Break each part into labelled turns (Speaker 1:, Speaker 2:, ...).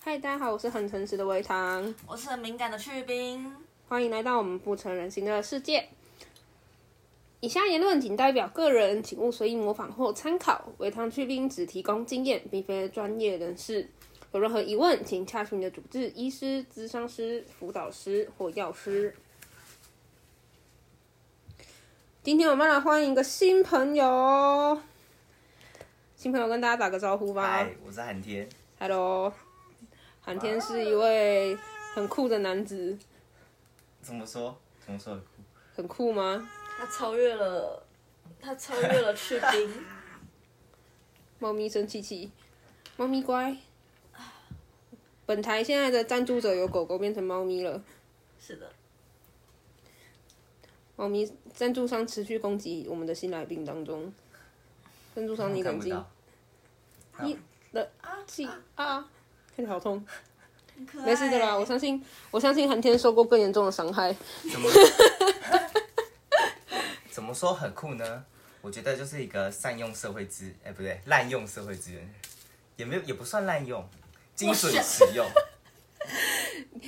Speaker 1: 嗨，大家好，我是很诚实的维糖，
Speaker 2: 我是很敏感的去冰。
Speaker 1: 欢迎来到我们不成人形的世界。以下言论仅代表个人，请勿随意模仿或参考。维糖去冰只提供经验，并非专业人士。有任何疑问，请洽询你的主治医师、咨商师、辅导师或药师。今天我们要来欢迎一个新朋友哦，新朋友跟大家打个招呼吧。
Speaker 3: 嗨，我是韩天，
Speaker 1: Hello，韩天是一位很酷的男子，
Speaker 3: 怎么说？怎么说很酷？
Speaker 1: 很酷吗？
Speaker 2: 他超越了，他超越了去冰。
Speaker 1: 猫咪生气气，猫咪乖。本台现在的赞助者由狗狗变成猫咪了，
Speaker 2: 是的，
Speaker 1: 猫咪赞助商持续攻击我们的新来宾当中，赞助商你
Speaker 3: 看
Speaker 1: 冷
Speaker 3: 不
Speaker 1: 静，
Speaker 3: 到。
Speaker 1: 气啊，哎看起来好痛，
Speaker 2: 很可爱
Speaker 1: 没事的啦，我相信我相信韩天受过更严重的伤害，
Speaker 3: 怎么 怎么说很酷呢？我觉得就是一个善用社会资，哎、不对，滥用社会资源，也没有也不算滥用，精准使用。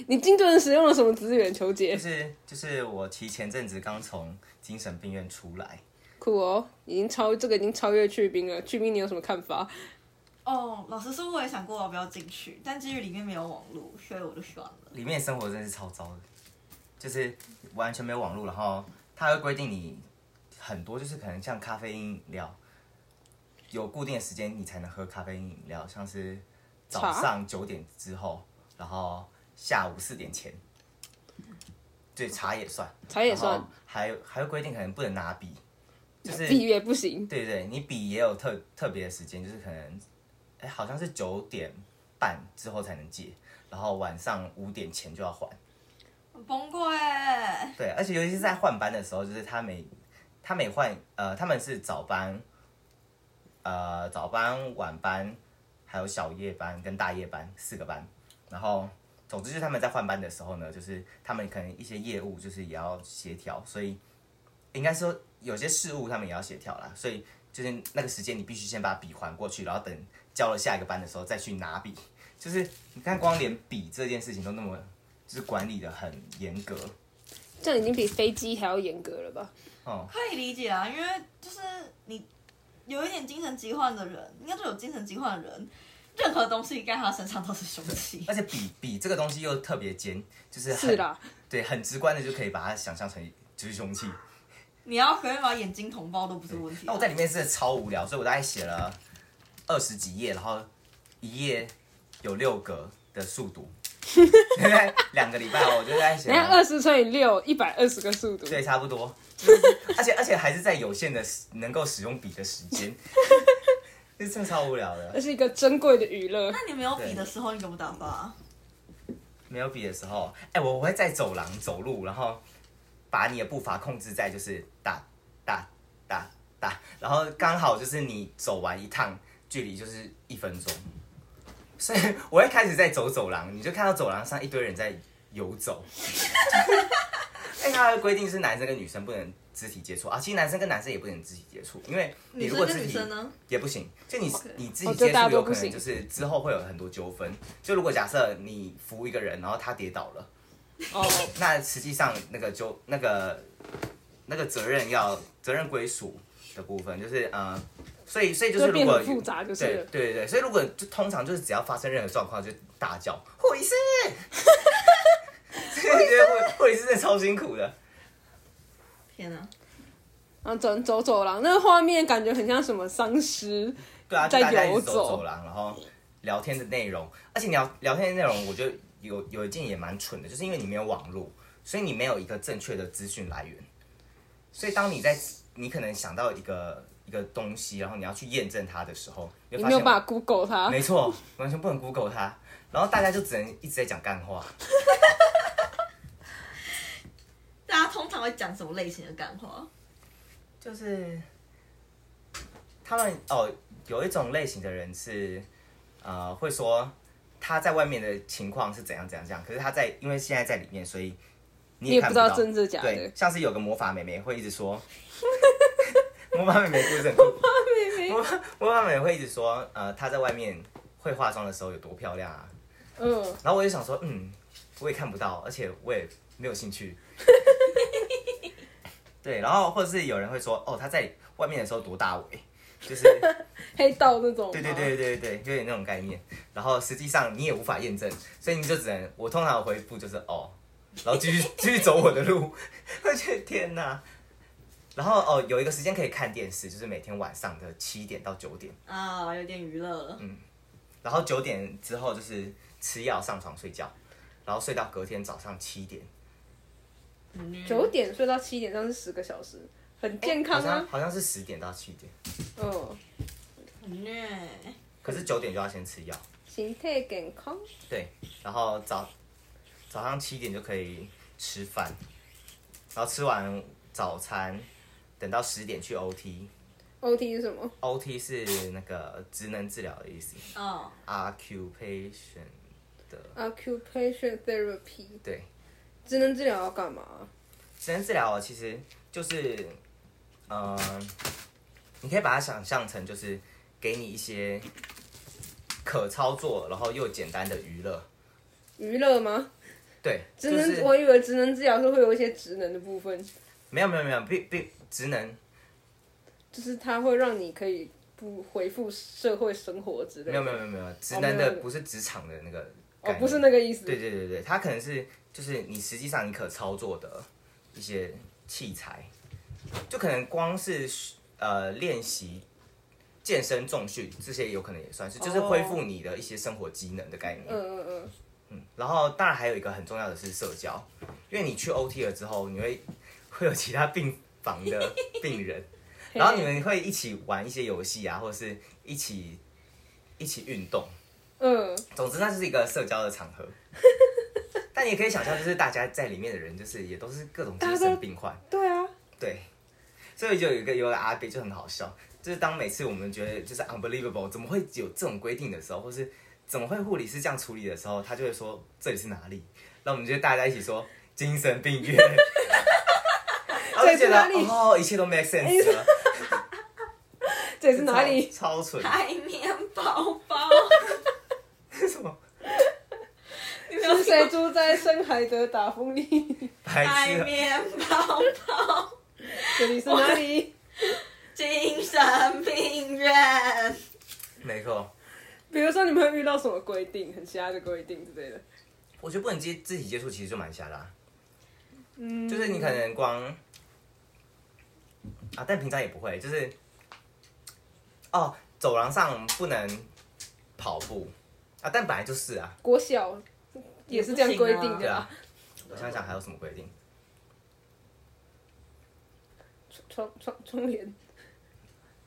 Speaker 1: 你精准使用了什么资源？求
Speaker 3: 就
Speaker 1: 解，
Speaker 3: 是就是我其实前阵子刚从精神病院出来，
Speaker 1: 酷哦，已经超这个已经超越去冰了，去冰你有什么看法？
Speaker 2: 哦，老实说，我也想过要不要进去，但基于里面没有网络，所以我就算了。
Speaker 3: 里面的生活真是超糟的，就是完全没有网络，然后它会规定你很多，就是可能像咖啡因饮料，有固定的时间你才能喝咖啡因饮料，像是早
Speaker 1: 茶
Speaker 3: 上九点之后，然后下午四点前，对，茶也算，
Speaker 1: 茶也算
Speaker 3: 然后还有还会规定可能不能拿笔，就是
Speaker 1: 比也不行，
Speaker 3: 对对，你笔也有特特别的时间，就是可能，哎，好像是九点半之后才能借，然后晚上五点前就要还。
Speaker 2: 很崩溃，
Speaker 3: 对，而且尤其是在换班的时候，就是他每他每换呃，他们是早班，呃，早班、晚班，还有小夜班跟大夜班四个班，然后总之就是他们在换班的时候呢，就是他们可能一些业务就是也要协调，所以应该说有些事务他们也要协调啦，所以就是那个时间你必须先把笔还过去，然后等交了下一个班的时候再去拿笔，就是你看光连笔这件事情都那么就是管理的很严格。
Speaker 1: 这样已经比飞机还要严格了吧？
Speaker 3: 哦，
Speaker 2: 可以理解啊，因为就是你有一点精神疾患的人，应该说有精神疾患的人，任何东西盖他身上都是凶 器。
Speaker 3: 而且笔笔这个东西又特别尖，就是很
Speaker 1: 是啦，
Speaker 3: 对，很直观的就可以把它想象成就是凶器。
Speaker 2: 你要可以把眼睛同胞都不是问题啊。
Speaker 3: 那我在里面是超无聊，所以我大概写了二十几页，然后一页有六格的速读，对 两个礼拜我就在 写
Speaker 1: 你看
Speaker 3: 了，
Speaker 1: 二十乘嗯以六，一百二十个速度，
Speaker 3: 啊对，差不多。而且而且还是在有限的时能够使用笔的时间， 这真的超无聊
Speaker 1: 这
Speaker 3: 的。
Speaker 1: 是一个珍贵的娱乐。
Speaker 2: 那你没有笔的时候，你怎么打发啊？
Speaker 3: 没有笔的时候，哎、我我会在走廊走路，然后把你的步伐控制在就是哒哒哒哒，然后刚好就是你走完一趟距离就是一分钟，所以我会开始在走走廊，你就看到走廊上一堆人在游走。 哎，它的规定是男生跟女生不能肢体接触啊，其实男生跟男生也不能肢体接触，因为你
Speaker 2: 女
Speaker 3: 如
Speaker 2: 生
Speaker 3: 果
Speaker 2: 跟
Speaker 3: 肢
Speaker 2: 女
Speaker 3: 体
Speaker 2: 生呢？
Speaker 3: 也不行，就你
Speaker 2: OK
Speaker 3: 你自
Speaker 1: 哦
Speaker 3: 己
Speaker 1: 就
Speaker 3: 接
Speaker 1: 大家
Speaker 3: 触
Speaker 1: 都
Speaker 3: 有
Speaker 1: 不
Speaker 3: 可能
Speaker 1: 行
Speaker 3: 就是之后会有很多纠纷。就如果假设你扶一个人，然后他跌倒了，
Speaker 1: 哦，
Speaker 3: 那实际上那个纠那个那个责任要责任归属的部分，就是呃，所以所以就
Speaker 1: 就
Speaker 3: 是如
Speaker 1: 变
Speaker 3: 果
Speaker 1: 得复杂就是
Speaker 3: 对
Speaker 1: 了。
Speaker 3: 对对对，所以如果就通常就是只要发生任何状况就大叫 护理师， 所以我觉得护护理师真的超辛苦的。
Speaker 2: 天哪！
Speaker 1: 然后走走走廊，那个画面感觉很像什么丧尸，
Speaker 3: 对啊，就
Speaker 1: 在
Speaker 3: 大家一
Speaker 1: 游
Speaker 3: 直走
Speaker 1: 走
Speaker 3: 走廊，然后聊天的内容，而且聊聊天的内容，我觉得有有一件也蛮蠢的，就是因为你没有网络，所以你没有一个正确的资讯来源，所以当你在你可能想到一个一个东西，然后你要去验证它的时候，你
Speaker 1: 你
Speaker 3: 会发
Speaker 1: 没有
Speaker 3: 现
Speaker 1: 办法 Google 它，
Speaker 3: 没错，完全不能 Google 它，然后大家就只能一直在讲干话，
Speaker 2: 大家通常会讲什么类型的干话？
Speaker 3: 就是他们哦，有一种类型的人是，呃，会说他在外面的情况是怎样怎样怎样，可是他在因为现在在里面，所以
Speaker 1: 你
Speaker 3: 你
Speaker 1: 也
Speaker 3: 看
Speaker 1: 不知
Speaker 3: 到
Speaker 1: 道真的假的
Speaker 3: 对，像是有个魔法妹妹会一直说， 魔法妹妹故事很酷，
Speaker 1: 妹妹
Speaker 3: 魔法魔法妹妹会一直说，呃，她在外面会化妆的时候有多漂亮啊，
Speaker 1: 嗯，
Speaker 3: 然后我就想说，嗯，我也看不到，而且我也没有兴趣。对，然后或者是有人会说，哦，他在外面的时候多大尾，就是
Speaker 1: 黑道那种吗，
Speaker 3: 对对对对对，有点那种概念。然后实际上你也无法验证，所以你就只能我通常的回复就是哦，然后继续 继续走我的路。 我觉得天哪！然后哦，有一个时间可以看电视，就是每天晚上的七点到九点，
Speaker 2: 啊，有点娱乐了。
Speaker 3: 嗯然后九点之后就是吃药上床睡觉，然后睡到隔天早上七点。
Speaker 2: 嗯
Speaker 1: 九点睡到七点，这样是十个小时，很健
Speaker 3: 好
Speaker 1: 康
Speaker 3: 像
Speaker 1: 啊。
Speaker 3: 好像是十点到七点，
Speaker 1: 嗯，
Speaker 2: 很虐，
Speaker 3: 可是九点就要先吃药，
Speaker 1: 心态健康。
Speaker 3: 对，然后早早上七点就可以吃饭，然后吃完早餐，等到十点去 OT。
Speaker 1: OT 是什么？
Speaker 3: OT 是那个职能治疗的意思
Speaker 2: 哦，
Speaker 3: ，occupation 的
Speaker 1: Occupation Therapy。
Speaker 3: 对，
Speaker 1: 职能治疗要干嘛？
Speaker 3: 职能治疗其实就是，呃，你可以把它想象成就是给你一些可操作，然后又简单的娱乐，
Speaker 1: 娱乐吗？
Speaker 3: 对，
Speaker 1: 职
Speaker 3: 就
Speaker 1: 能，
Speaker 3: 是
Speaker 1: 我以为职能治疗是会有一些职能的部分，
Speaker 3: 没有没有没有，并并职能
Speaker 1: 就是它会让你可以不回复社会生活之类
Speaker 3: 没有
Speaker 1: 的。
Speaker 3: 没有没有没有，职能的
Speaker 1: 哦没有
Speaker 3: 不是职场的那个
Speaker 1: 哦，
Speaker 3: 概念，
Speaker 1: 不是那个意思。
Speaker 3: 对对对对，它可能是就是你实际上你可操作的一些器材，就可能光是呃练习健身重训这些有可能也算是，就是
Speaker 1: 哦
Speaker 3: 恢复你的一些生活机能的概念。
Speaker 1: 嗯嗯嗯，
Speaker 3: 然后当然还有一个很重要的是社交，因为你去 OT 了之后，你会 会有其他病房的病人，然后你们会一起玩一些游戏啊，或者是一起一起运动。
Speaker 1: 嗯，
Speaker 3: 总之，那就是一个社交的场合。但你也可以想象，就是大家在里面的人，就是也都是各种精神病患，
Speaker 1: 对啊，
Speaker 3: 对。所以就有一个有一个阿伯就很好笑，就是当每次我们觉得就是 unbelievable，怎么会有这种规定的时候，或是怎么会护理师这样处理的时候，他就会说这里是哪里？然后我们就大家一起说精神 病院，然后就觉得
Speaker 1: 这里是哪
Speaker 3: 哦，一切都 make sense 了。
Speaker 1: 这里是哪里？
Speaker 3: 超？超 蠢，
Speaker 2: 海绵宝宝，
Speaker 3: 什么
Speaker 2: 你没有
Speaker 1: 是谁住在深海的打风里？
Speaker 3: 白痴
Speaker 2: 海
Speaker 3: 啊？
Speaker 2: 绵宝宝，
Speaker 1: 这里是哪里？
Speaker 2: 精神病院，
Speaker 3: 没错。
Speaker 1: 比如说你们会遇到什么规定，很瞎的规定之类的。
Speaker 3: 我觉得不能接肢体接触，其实就蛮瞎的、啊。
Speaker 1: 嗯，
Speaker 3: 就是你可能光啊，但平常也不会，就是哦，走廊上不能跑步啊，但本来就是啊。
Speaker 1: 国小也是这样规定
Speaker 2: 对
Speaker 3: 对
Speaker 1: 的
Speaker 3: 啊，我想想还有什么规定？
Speaker 1: 窗窗窗帘，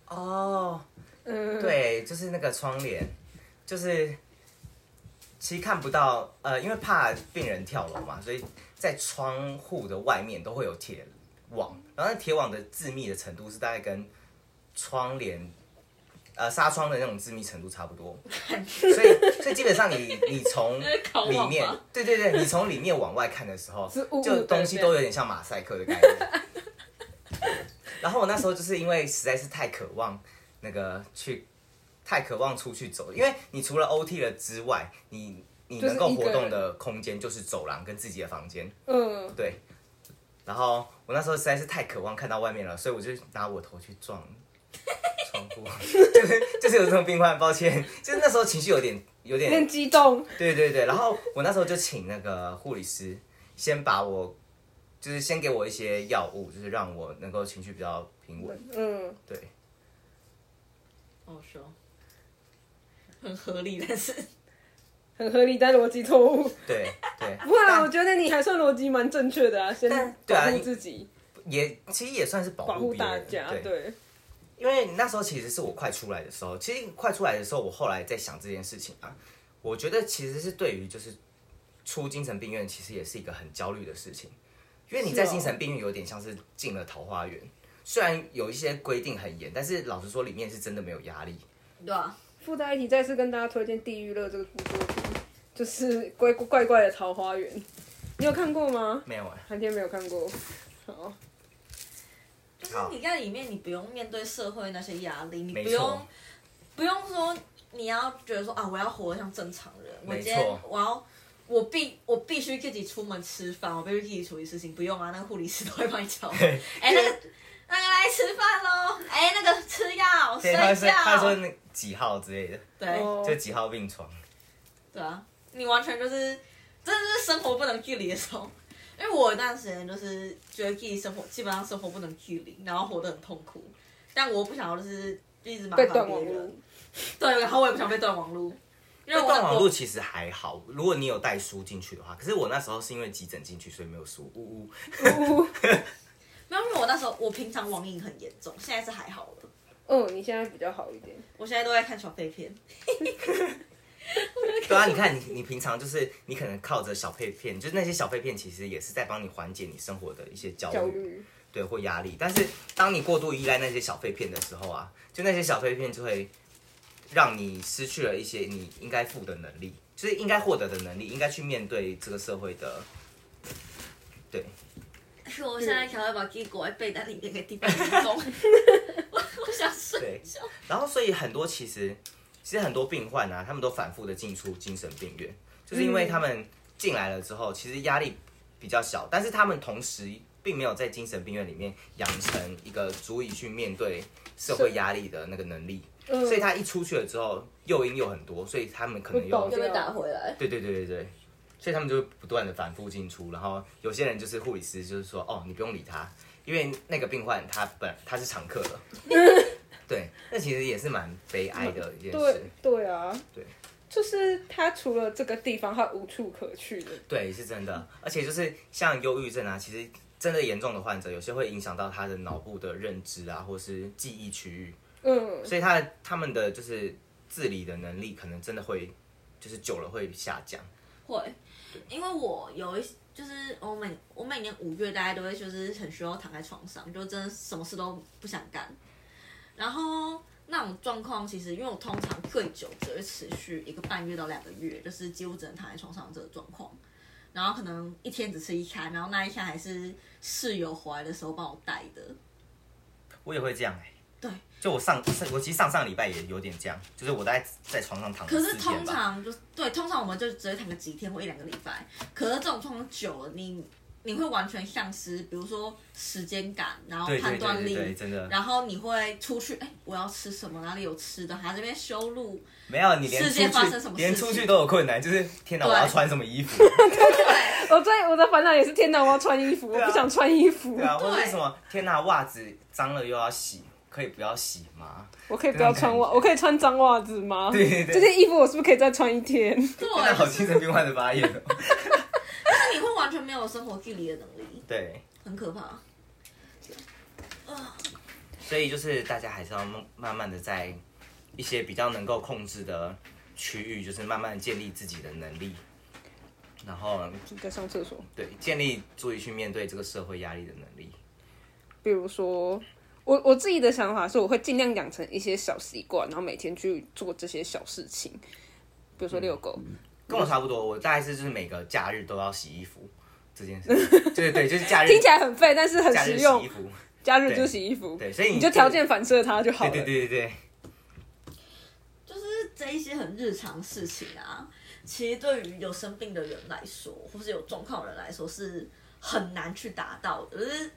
Speaker 3: 哦，
Speaker 1: 嗯，，
Speaker 3: 对，就是那个窗帘，就是其实看不到，呃，因为怕病人跳楼嘛，所以在窗户的外面都会有铁网，然后那铁网的致密的程度是大概跟窗帘。呃，纱窗的那种致密程度差不多，所以所以基本上你你从
Speaker 2: 烤
Speaker 3: 里
Speaker 2: 网
Speaker 3: 面
Speaker 2: 吗，
Speaker 3: 对对对，你从里面往外看的时候
Speaker 1: 是雾雾，
Speaker 3: 就
Speaker 1: 的
Speaker 3: 东西
Speaker 1: 这样
Speaker 3: 都有点像马赛克的概念。然后我那时候就是因为实在是太渴望那个去，太渴望出去走，因为你除了 OT 了之外，你你
Speaker 1: 就是
Speaker 3: 能够
Speaker 1: 一个
Speaker 3: 活动
Speaker 1: 人
Speaker 3: 的空间就是走廊跟自己的房间。
Speaker 1: 嗯，
Speaker 3: 对。然后我那时候实在是太渴望看到外面了，所以我就拿我头去撞窗户， 就是就是有这种病患，抱歉，就是那时候情绪有点有
Speaker 1: 有
Speaker 3: 点
Speaker 1: 点激动，
Speaker 3: 对对对，然后我那时候就请那个护理师先把我，就是先给我一些药物，就是让我能够情绪比较平稳。
Speaker 1: 嗯，
Speaker 3: 对，
Speaker 2: 我说，哦很合理，但是
Speaker 1: 很合理，但逻辑错误。
Speaker 3: 对对，
Speaker 1: 不然我觉得你还算逻辑蛮正确的啊，先
Speaker 3: 但对
Speaker 1: 保
Speaker 3: 啊
Speaker 1: 护
Speaker 3: 你
Speaker 1: 自己，
Speaker 3: 也其实也算是保
Speaker 1: 保
Speaker 3: 护
Speaker 1: 护
Speaker 3: 别
Speaker 1: 大
Speaker 3: 人
Speaker 1: 家，
Speaker 3: 对，
Speaker 1: 对，
Speaker 3: 因为那时候其实是我快出来的时候，其实快出来的时候，我后来在想这件事情啊，我觉得其实是对于就是出精神病院，其实也是一个很焦虑的事情，因为你在
Speaker 1: 是哦
Speaker 3: 精神病院有点像是进了桃花源，虽然有一些规定很严，但是老实说，里面是真的没有压力。
Speaker 2: 对啊，
Speaker 1: 附带一题，再次跟大家推荐《地狱乐》这个作品，就是怪怪怪的桃花源，你有看过吗？
Speaker 3: 没有啊，
Speaker 1: 寒天没有看过，好，
Speaker 2: 就是你在里面，你不用面对社会那些压力，你不
Speaker 3: 没错
Speaker 2: 用不用说你要觉得说啊，我要活得像正常人，我
Speaker 3: 没
Speaker 2: 今天
Speaker 3: 错
Speaker 2: 我要我必我必须自己出门吃饭，我必须自己处理事情，不用啊，那个护理师都会帮你叫我。哎、那个那个来吃饭喽，哎、那个吃药睡
Speaker 3: 对，他会说他会说
Speaker 2: 觉，
Speaker 3: 那几号之类的，
Speaker 2: 对
Speaker 1: 哦
Speaker 3: 就几号病床。
Speaker 2: 对啊，你完全就是真的是生活不能距离的时候。因为我有段时间就是觉得自己生活基本上生活不能距离，然后活得很痛苦，但我不想要就是一直麻
Speaker 1: 被
Speaker 2: 烦
Speaker 1: 断
Speaker 2: 别
Speaker 1: 网
Speaker 2: 人
Speaker 1: 路，，
Speaker 2: 对，然后我也不想被断网路，因为我
Speaker 3: 断网
Speaker 2: 我
Speaker 3: 络其实还好，如果你有带书进去的话，可是我那时候是因为急诊进去，所以没有书。呜呜，
Speaker 1: 呜
Speaker 2: 没有，因为我那时候我平常网瘾很严重，现在是还好了。
Speaker 1: 嗯，你现在比较好一点，
Speaker 3: 哦
Speaker 2: 我现在都在看小废片，
Speaker 3: 对啊，你看你 你平常就是你可能靠着小配片，就是那些小配片其实也是在帮你缓解你生活的一些焦
Speaker 1: 焦
Speaker 3: 虑，
Speaker 1: 虑，
Speaker 3: 对或压力。但是当你过度依赖那些小配片的时候啊，就那些小配片就会让你失去了一些你应该负的能力，就是应该获得的能力，应该去面对这个社会的。对，
Speaker 2: 是我现在想要把自己裹在被单里面给地板 中，我我想睡觉。
Speaker 3: 然后所以很多其实其实很多病患啊，他们都反复的进出精神病院，就是因为他们进来了之后，其实压力比较小，但是他们同时并没有在精神病院里面养成一个足以去面对社会压力的那个能力，
Speaker 1: 嗯
Speaker 3: 所以他一出去了之后，诱因又很多，所以他们可能
Speaker 1: 会爆
Speaker 3: 又
Speaker 1: 掉
Speaker 2: 又被打回来，
Speaker 3: 对对对对对。所以他们就会不断的反复进出，然后有些人就是护理师，就是说哦，你不用理他，因为那个病患他本他是常客了，对，那其实也是蛮悲哀的一件
Speaker 1: 嗯对
Speaker 3: 事，
Speaker 1: 对啊，
Speaker 3: 对，
Speaker 1: 就是他除了这个地方，他无处可去了，
Speaker 3: 对，是真的。而且就是像忧郁症啊，其实真的严重的患者，有些会影响到他的脑部的认知啊，或是记忆区域，
Speaker 1: 嗯，
Speaker 3: 所以他的他们的就是自理的能力，可能真的会就是久了会下降。
Speaker 2: 会，因为我有一就是我每我每年五月大家都会就是很需要躺在床上，就真的什么事都不想干。然后那种状况，其实因为我通常最久只会持续一个半月到两个月，就是几乎只能躺在床上这个状况。然后可能一天只吃一餐，然后那一餐还是室友回来的时候帮我带的。
Speaker 3: 我也会这样哎、
Speaker 2: 对，
Speaker 3: 就我上上我其实上上礼拜也有点这样，就是我在在床上躺了
Speaker 2: 可是
Speaker 3: 四天吧
Speaker 2: 通常就是对，通常我们就只会躺个几天或一两个礼拜。可是这种通常久了，你你会完全丧失，比如说时间感，然后
Speaker 3: 对对
Speaker 2: 判断
Speaker 3: 对
Speaker 2: 力，
Speaker 3: 对对，真的
Speaker 2: 然后你会出去，哎，我要吃什么？哪里有吃的？还这边修路，
Speaker 3: 没有你连
Speaker 2: 世
Speaker 3: 出
Speaker 2: 界
Speaker 3: 去
Speaker 2: 发生什么事情
Speaker 3: 连出去都有困难，就是天哪，
Speaker 2: 对
Speaker 3: 我要穿什么 衣服？
Speaker 1: 我在哦我的烦恼也是，天哪，我要穿衣服，我
Speaker 3: 啊
Speaker 1: 不想穿衣服
Speaker 3: 对，啊，或者
Speaker 2: 对
Speaker 3: 是什么天哪，袜子脏了又要洗，可以不要洗吗？
Speaker 1: 我可以不要穿袜，
Speaker 3: 这种感觉
Speaker 1: 我可以穿脏袜子吗？
Speaker 3: 对对对
Speaker 1: 这件衣服我是不是可以再穿一 天？
Speaker 2: 对，
Speaker 3: 天哪，好
Speaker 2: 就是
Speaker 3: 精神病患的发言哦。
Speaker 2: 你会完全没有生活距离的能力，
Speaker 3: 对，
Speaker 2: 很可怕。
Speaker 3: 所以就是大家还是要慢慢慢的在一些比较能够控制的区域，就是慢慢地建立自己的能力，然后
Speaker 1: 你在上厕所，
Speaker 3: 对建立足以去面对这个社会压力的能力。
Speaker 1: 比如说。我我自己的想法是，我会尽量养成一些小习惯，然后每天去做这些小事情，比如
Speaker 3: 嗯
Speaker 1: 说遛狗，
Speaker 3: 跟我差不多，我大概是就是每个假日都要洗衣服这件事 情。对对，就是假日
Speaker 1: 听起来很废，但是很
Speaker 3: 假
Speaker 1: 实
Speaker 3: 日
Speaker 1: 用
Speaker 3: 洗衣。服，
Speaker 1: 假日就洗衣服，
Speaker 3: 对，所以
Speaker 1: 你就条件反射它就好
Speaker 3: 对
Speaker 1: 了。
Speaker 3: 对对对对，
Speaker 2: 就是这一些很日常事情啊，其实对于有生病的人来说，或是有状况的人来说，是很难去达到的。就是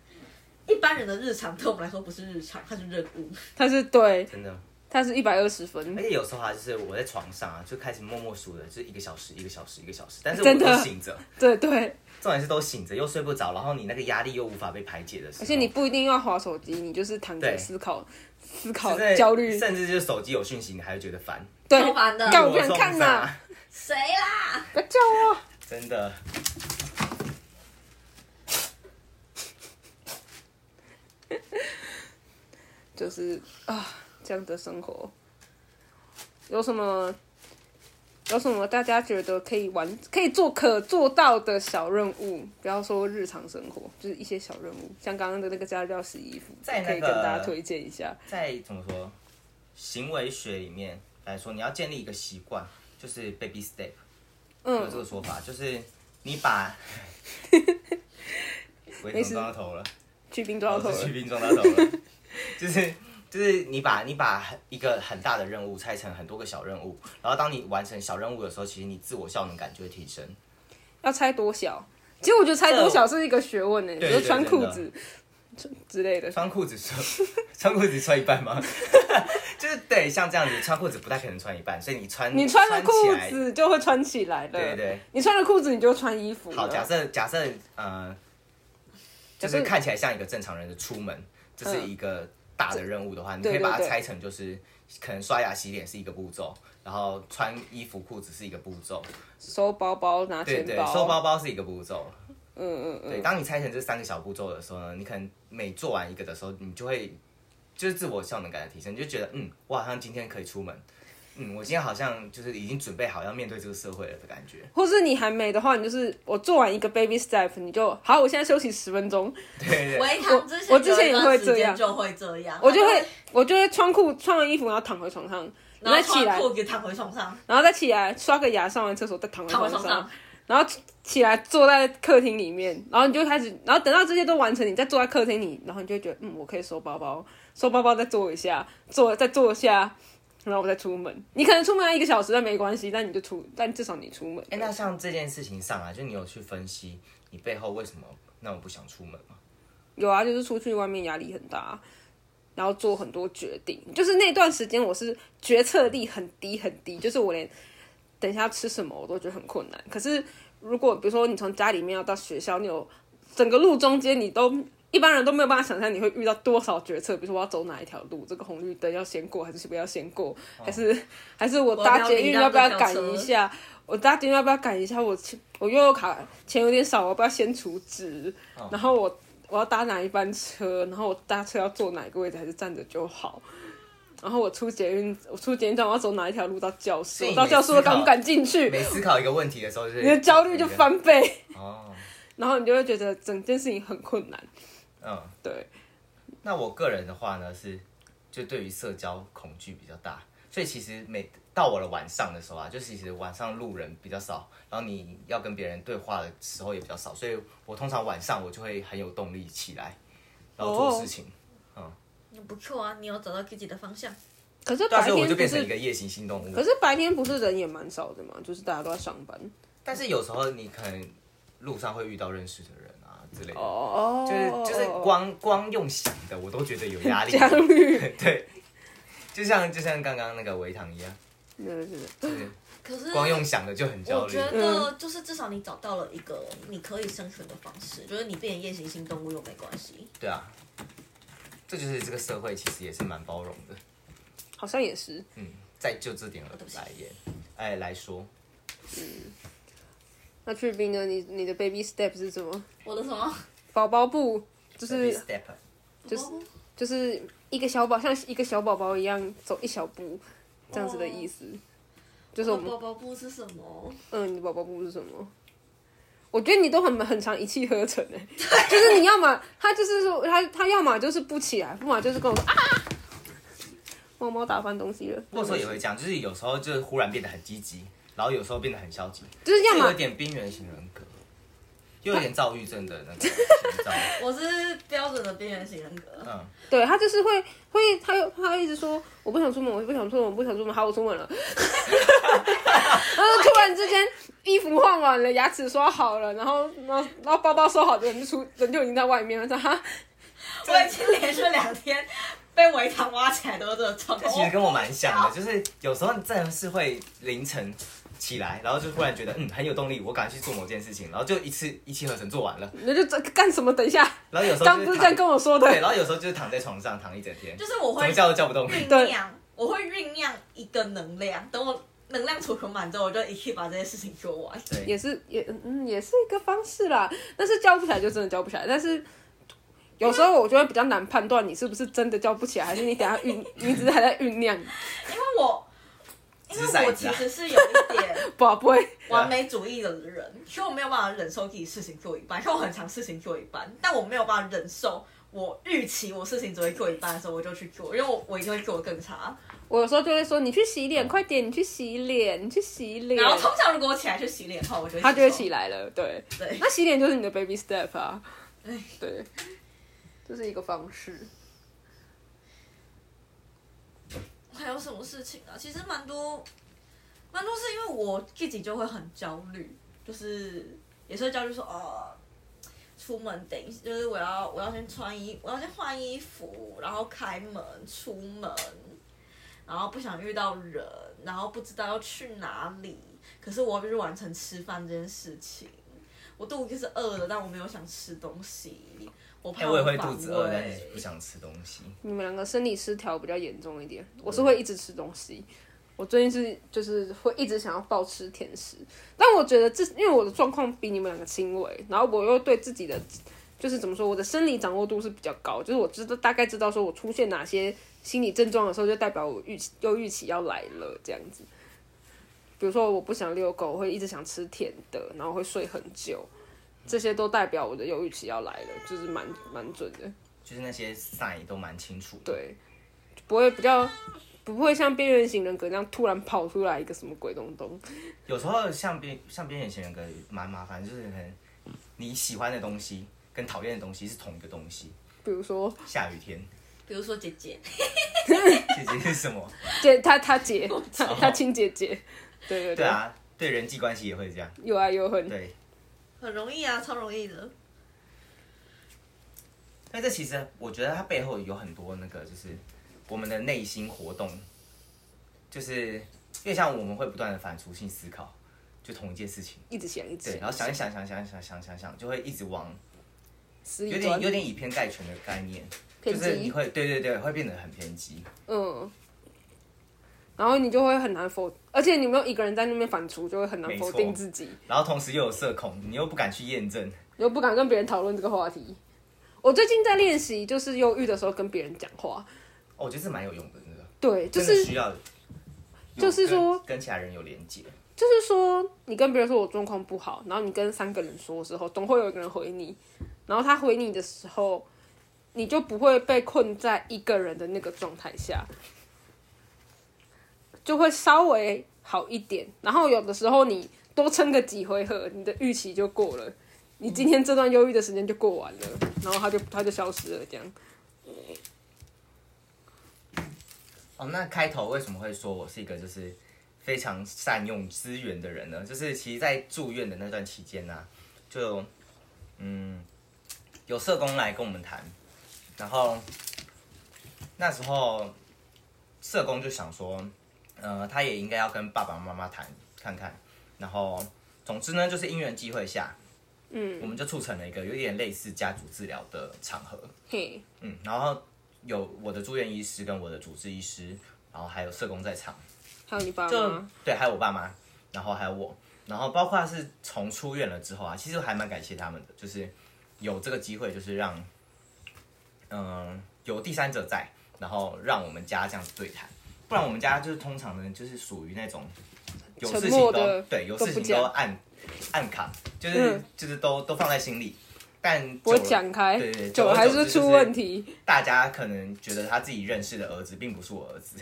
Speaker 2: 一般人的日常，对我们来说不是日常，它是任务。
Speaker 1: 它是对，
Speaker 3: 真的。
Speaker 1: 它是一百二十
Speaker 3: 而
Speaker 1: 分，
Speaker 3: 且有时候啊，就是我在床上啊，就开始默默数了，就是一个小时一个小时一个小时，但是我
Speaker 1: 真的
Speaker 3: 都醒着，
Speaker 1: 对对。
Speaker 3: 重点是都醒着又睡不着，然后你那个压力又无法被排解的时候，
Speaker 1: 而且你不一定要划手机，你就是躺着
Speaker 3: 对
Speaker 1: 思考、思
Speaker 3: 就
Speaker 1: 考
Speaker 3: 是
Speaker 1: 焦虑，
Speaker 3: 甚至就是手机有讯息你还会觉得烦，
Speaker 1: 对
Speaker 2: 超烦的，
Speaker 1: 干我不
Speaker 3: 我
Speaker 1: 想看
Speaker 3: 呐、
Speaker 1: 呐，
Speaker 2: 谁啦？
Speaker 1: 不要叫我。
Speaker 3: 啊真的。
Speaker 1: 就是啊，这样的生活，有什么？有什么大家觉得可以完、可以做、可做到的小任务？不要说日常生活，就是一些小任务，像刚刚的那个家教洗衣服，
Speaker 3: 在那
Speaker 1: 可以
Speaker 3: 个哦
Speaker 1: 跟大家推荐一下。
Speaker 3: 在怎么说行为学里面来说，你要建立一个习惯，就是 baby step，有这
Speaker 1: 嗯，
Speaker 3: 个说法，就是你把。 我已
Speaker 1: 没
Speaker 3: 经
Speaker 1: 事
Speaker 3: 撞到头了，哦
Speaker 1: 去冰抓头
Speaker 3: 我
Speaker 1: 了
Speaker 3: 是去。冰撞到头了，就是就是你把你把很一个很大的任务拆成很多个小任务，然后当你完成小任务的时候，其实你自我效能感就会提升。
Speaker 1: 要猜多小？其实我觉得猜多小是一个学问呢、欸比
Speaker 3: 对
Speaker 1: 如穿裤
Speaker 3: 对
Speaker 1: 子之类的。
Speaker 3: 穿裤子穿 穿裤子穿一半吗？ 就是对，像这样子穿裤子不太可能穿一半，所以你穿
Speaker 1: 你穿了裤
Speaker 3: 起来
Speaker 1: 子就会穿起来了，
Speaker 3: 对对
Speaker 1: 你穿了裤子你就穿衣服了。
Speaker 3: 好，假设假设呃，
Speaker 1: 啊
Speaker 3: 就
Speaker 1: 假
Speaker 3: 是
Speaker 1: 设
Speaker 3: 看起来像一个正常人的出门，这是
Speaker 1: 嗯
Speaker 3: 一个大的任务的话，你可以
Speaker 1: 对对
Speaker 3: 把它
Speaker 1: 对
Speaker 3: 拆成就是可能刷牙洗脸是一个步骤，然后穿衣服裤子是一个步骤，
Speaker 1: 收包包拿
Speaker 3: 对
Speaker 1: 钱
Speaker 3: 对，
Speaker 1: 包，
Speaker 3: 收包包是一个步骤。
Speaker 1: 嗯嗯嗯，
Speaker 3: 对，当你拆成这三个小步骤的时候呢，你可能每做完一个的时候，你就会就是自我效能感的提升，你就觉得嗯，我好像今天可以出门。嗯，我今天好像就是已经准备好要面对这个社会了的感 觉。
Speaker 1: 或是你还没的话，你就是我做完一个 baby step，你就好，我现在休息十分钟，
Speaker 3: 对对对，
Speaker 2: 维康之前
Speaker 1: 我我之前也会
Speaker 2: 有一段时
Speaker 1: 这样
Speaker 2: 间就会这样，
Speaker 1: 我就会我就会穿裤穿完衣服，然后躺回床上，然
Speaker 2: 然
Speaker 1: 后
Speaker 2: 后
Speaker 1: 再起来
Speaker 2: 穿，裤子躺回床上，
Speaker 1: 然后再起来刷个牙，上完厕所再躺回
Speaker 2: 躺回
Speaker 1: 床
Speaker 2: 床
Speaker 1: 上
Speaker 2: 上，，
Speaker 1: 然后起来坐在客厅里面，然后你就开始，然后等到这些都完成，你再坐在客厅里，然后你就会觉得嗯，我可以收包包，收包包再坐一下，坐再坐一下。然后我再出门，你可能出门要一个小时，但没关系，但你就出，但至少你出门。
Speaker 3: 哎、那像这件事情上啊，就你有去分析你背后为什么那么不想出门吗？
Speaker 1: 有啊，就是出去外面压力很大，啊然后做很多决定。就是那段时间我是决策力很低很低，就是我连等一下要吃什么我都觉得很困难。可是如果比如说你从家里面要到学校，你有整个路中间你都。一般人都没有办法想象你会遇到多少决策，比如说我要走哪一条路，这个红绿灯要先过还是不要先过，还是还是我搭捷运要不要赶一下，我搭捷运要不要赶一下，我钱我悠游卡钱有点少，我要不要先储值，
Speaker 3: 哦
Speaker 1: 然后我我要搭哪一班车，然后我搭车要坐哪个位置，还是站着就好。然后我出捷运，我出捷运站，我要走哪一条路到教室？
Speaker 3: 所以
Speaker 1: 我
Speaker 3: 你
Speaker 1: 到教室我敢不敢进去？
Speaker 3: 每思考一个问题的时候，就是
Speaker 1: 你的焦虑就翻倍，
Speaker 3: 哦，
Speaker 1: 然后你就会觉得整件事情很困难。
Speaker 3: 嗯。
Speaker 1: 对，
Speaker 3: 那我个人的话呢，是就对于社交恐惧比较大，所以其实每到我的晚上的时候啊，就其实晚上路人比较少，然后你要跟别人对话的时候也比较少，所以我通常晚上我就会很有动力起来，然后
Speaker 1: 哦
Speaker 3: 做事情。
Speaker 2: 不错啊，你有找到自己的方向。
Speaker 1: 可是
Speaker 3: 到
Speaker 1: 白
Speaker 3: 时啊候我
Speaker 1: 天
Speaker 3: 就
Speaker 1: 不
Speaker 3: 变成一
Speaker 1: 是，
Speaker 3: 个夜行性动物
Speaker 1: 可。是白天不是人也蛮少的嘛，就是大家都在上班。
Speaker 3: 但是有时候你可能路上会遇到认识的人啊之类的。
Speaker 1: 哦，
Speaker 3: 就是就是光光用想的，我都觉得有 压力。
Speaker 1: 焦虑，
Speaker 3: 对，就像就像刚刚那个维糖一样，
Speaker 1: 对对对
Speaker 3: 就是
Speaker 2: 可是
Speaker 3: 光用想的就很焦
Speaker 2: 嗯我
Speaker 3: 虑
Speaker 2: 觉。得
Speaker 1: 嗯
Speaker 2: 就是至少你找到了一个你可以生存的方式，就是你变成夜行性动物又没关系。
Speaker 3: 对啊，这就是这个社会其实也是蛮包容的。
Speaker 1: 好像也是。
Speaker 3: 嗯，在就这点
Speaker 2: 哦
Speaker 3: 来言，哎来说，
Speaker 1: 那去冰呢？你你的 baby step 是什么？
Speaker 2: 我的什么？
Speaker 1: 宝宝步就
Speaker 3: 这
Speaker 1: 是
Speaker 3: step，
Speaker 1: 就是就是一个小宝，像一个小宝宝一样走一小步，这样子的意思。就是我
Speaker 2: 我
Speaker 1: 们
Speaker 2: 包包布是什么？
Speaker 1: 嗯，你宝宝步是什么？我觉得你都很很常一气呵成哎、就是你要么他就是说他他要么就是不起来，不嘛就是跟我说啊，猫猫打翻东西了，
Speaker 3: 或者说也会这
Speaker 2: 嗯
Speaker 3: 样，就是有时候就是忽然变得很积极，然后有时候变得很消极，
Speaker 1: 就是要
Speaker 3: 这有
Speaker 1: 么
Speaker 3: 点边缘型人格，又有点躁郁症的那个征兆。
Speaker 2: 我是标准的边缘型人格。
Speaker 3: 嗯，
Speaker 1: 对他就是会会，他又他会一直说我不想出门，我不想出门，我不想出门，好，我出门了。 然后突然之间，衣服换完了，牙齿刷好了，然后然后然后包包收好，人就出人就已经在外面了。他哈，
Speaker 2: 我已经连续两天被围墙挖起来都是这个状
Speaker 3: 这其实
Speaker 2: 况。
Speaker 3: 跟我蛮像的，就是有时候你真的是会凌晨起来，然后就忽然觉得嗯很有动力，我赶去做某件事情，然后就一次一气呵成做完了，
Speaker 1: 那就这干什么？等一下，
Speaker 3: 然后有时候
Speaker 1: 刚
Speaker 3: 就
Speaker 1: 不是
Speaker 3: 是
Speaker 1: 这样
Speaker 3: 躺
Speaker 1: 跟我说的
Speaker 3: 对，。然后有时候就是躺在床上躺一整天，
Speaker 2: 就是我
Speaker 3: 怎
Speaker 2: 会
Speaker 3: 么叫都叫不动。
Speaker 2: 酝
Speaker 1: 对
Speaker 2: 酿，我会酝酿一个能量，等我能量储存满之后，我就一气把这些事情做完。
Speaker 1: 也
Speaker 3: 对，
Speaker 1: 是也嗯也是一个方式啦，但是叫不起来就真的叫不起来，但是有时候我就会比较难判断你是不是真的叫不起来，还是你等下酝你只是还在酝酿，
Speaker 2: 因为我，因
Speaker 3: 掷骰子啊
Speaker 2: 为我其实是有一点
Speaker 1: 宝贝，
Speaker 2: 完美主义的人，所以我没有办法忍受自己事情做一半，所以我很常事情做一半，但我没有办法忍受。我预期我事情只会做一半的时候，我就去做，因为我我一定会做得更差。
Speaker 1: 我有时候就会说你去洗脸，快点，你去洗脸，你去洗脸，
Speaker 2: 嗯然后通常如果我起来去洗脸后，我就
Speaker 1: 他就会
Speaker 2: 手
Speaker 1: 起来了。对，
Speaker 2: 对
Speaker 1: 那洗脸就是你的 baby step 啊
Speaker 2: 哎，
Speaker 1: 对，这是一个方式。
Speaker 2: 还有什么事情啊？其实蛮多，蛮多是因为我自己就会很焦虑，就是也是会焦虑说哦，出门等一就是我要我要先穿衣，我要先换衣服，然后开门出门，然后不想遇到人，然后不知道要去哪里，可是我要去完成吃饭这件事情。我肚子是饿的，但我没有想吃东西。我
Speaker 3: 哎、
Speaker 2: 怕
Speaker 3: 我也会
Speaker 2: 反
Speaker 3: 肚子饿，
Speaker 2: 胃
Speaker 3: 但是不想吃东西。
Speaker 1: 你们两个生理失调比较严重一点，我是会一直吃东西。我最近是就是会一直想要暴吃甜食，但我觉得这因为我的状况比你们两个轻微，然后我又对自己的就是怎么说，我的生理掌握度是比较高，就是我知道大概知道说我出现哪些心理症状的时候，就代表我预期忧郁期要来了这样子。比如说我不想遛狗，我会一直想吃甜的，然后会睡很久，这些都代表我的忧郁期要来了，就是蛮蛮准的。
Speaker 3: 就是那些 sign 都蛮清楚的。
Speaker 1: 对，就不会比较不会像边缘型人格那样突然跑出来一个什么鬼东东。
Speaker 3: 有时候像边像边缘型人格蛮麻烦，就是可能你喜欢的东西跟讨厌的东西是同一个东西。
Speaker 1: 比如说，
Speaker 3: 下雨天，
Speaker 2: 比如说姐姐，
Speaker 3: 姐姐是 什么？
Speaker 1: 姐他他姐他他亲姐姐，对对
Speaker 3: 哦对啊，对人际关系也会这样。
Speaker 1: 有爱有恨。
Speaker 3: 对，
Speaker 2: 很容易啊，超容易的。
Speaker 3: 但这其实我觉得它背后有很多那个，就是我们的内心活动，就是因为像我们会不断的反刍性思考，就同一件事情，
Speaker 1: 一直想，一直
Speaker 3: 对，然后想一想，想一想，想一想想一想，就会一直往
Speaker 1: 思
Speaker 3: 有
Speaker 1: 一
Speaker 3: 点
Speaker 1: 端
Speaker 3: 有点以偏概全的概念，就
Speaker 1: 偏
Speaker 3: 是你
Speaker 1: 激，
Speaker 3: 会对对对，会变得很偏激。
Speaker 1: 嗯，然后你就会很难否，而且你没有一个人在那边反刍，就会很难
Speaker 3: 没
Speaker 1: 否
Speaker 3: 错
Speaker 1: 定自己，
Speaker 3: 然后同时又有社恐，你又不敢去验证，
Speaker 1: 你又不敢跟别人讨论这个话题。我最近在练习，就是忧郁的时候跟别人讲话，
Speaker 3: 哦我觉得是蛮有用的，真的，
Speaker 1: 对，就
Speaker 3: 真的
Speaker 1: 是
Speaker 3: 需要有
Speaker 1: 就是说
Speaker 3: 跟跟其他人有连接，
Speaker 1: 就是说，你跟别人说我状况不好，然后你跟三个人说的时候，总会有一个人回你，然后他回你的时候，你就不会被困在一个人的那个状态下，就会稍微好一点。然后有的时候你多撑个几回合，你的预期就过了，你今天这段忧郁的时间就过完了，然后他就他就消失了，这样。
Speaker 3: 哦，那开头为什么会说我是一个就是非常善用资源的人呢？就是其实，在住院的那段期间呢、啊就嗯，有社工来跟我们谈，然后那时候社工就想说，呃，他也应该要跟爸爸妈妈谈看看，然后总之呢，就是因缘际会下，嗯，我们就促成了一个有点类似家族治疗的场合，
Speaker 1: 嘿，
Speaker 3: 嗯，然后有我的住院医师跟我的主治医师，然后还有社工在场，
Speaker 1: 还有你爸
Speaker 3: 就
Speaker 1: 妈，
Speaker 3: 对，还有我爸妈，然后还有我，然后包括是从出院了之后啊，其实还蛮感谢他们的，就是有这个机会，就是让，嗯、有第三者在，然后让我们家这样子对谈，不然我们家就是通常呢，就是属于那种有
Speaker 1: 沉
Speaker 3: 事
Speaker 1: 默
Speaker 3: 情
Speaker 1: 的
Speaker 3: 都对，有
Speaker 1: 都
Speaker 3: 事
Speaker 1: 不
Speaker 3: 情
Speaker 1: 讲
Speaker 3: 都按按卡，就是、
Speaker 1: 嗯
Speaker 3: 就是都都放在心里，但
Speaker 1: 不会
Speaker 3: 久了
Speaker 1: 讲开
Speaker 3: 对对，对
Speaker 1: 久
Speaker 3: 久
Speaker 1: 了
Speaker 3: 而
Speaker 1: 还
Speaker 3: 久
Speaker 1: 是
Speaker 3: 之
Speaker 1: 出
Speaker 3: 就是
Speaker 1: 问题。
Speaker 3: 大家可能觉得他自己认识的儿子并不是我儿子，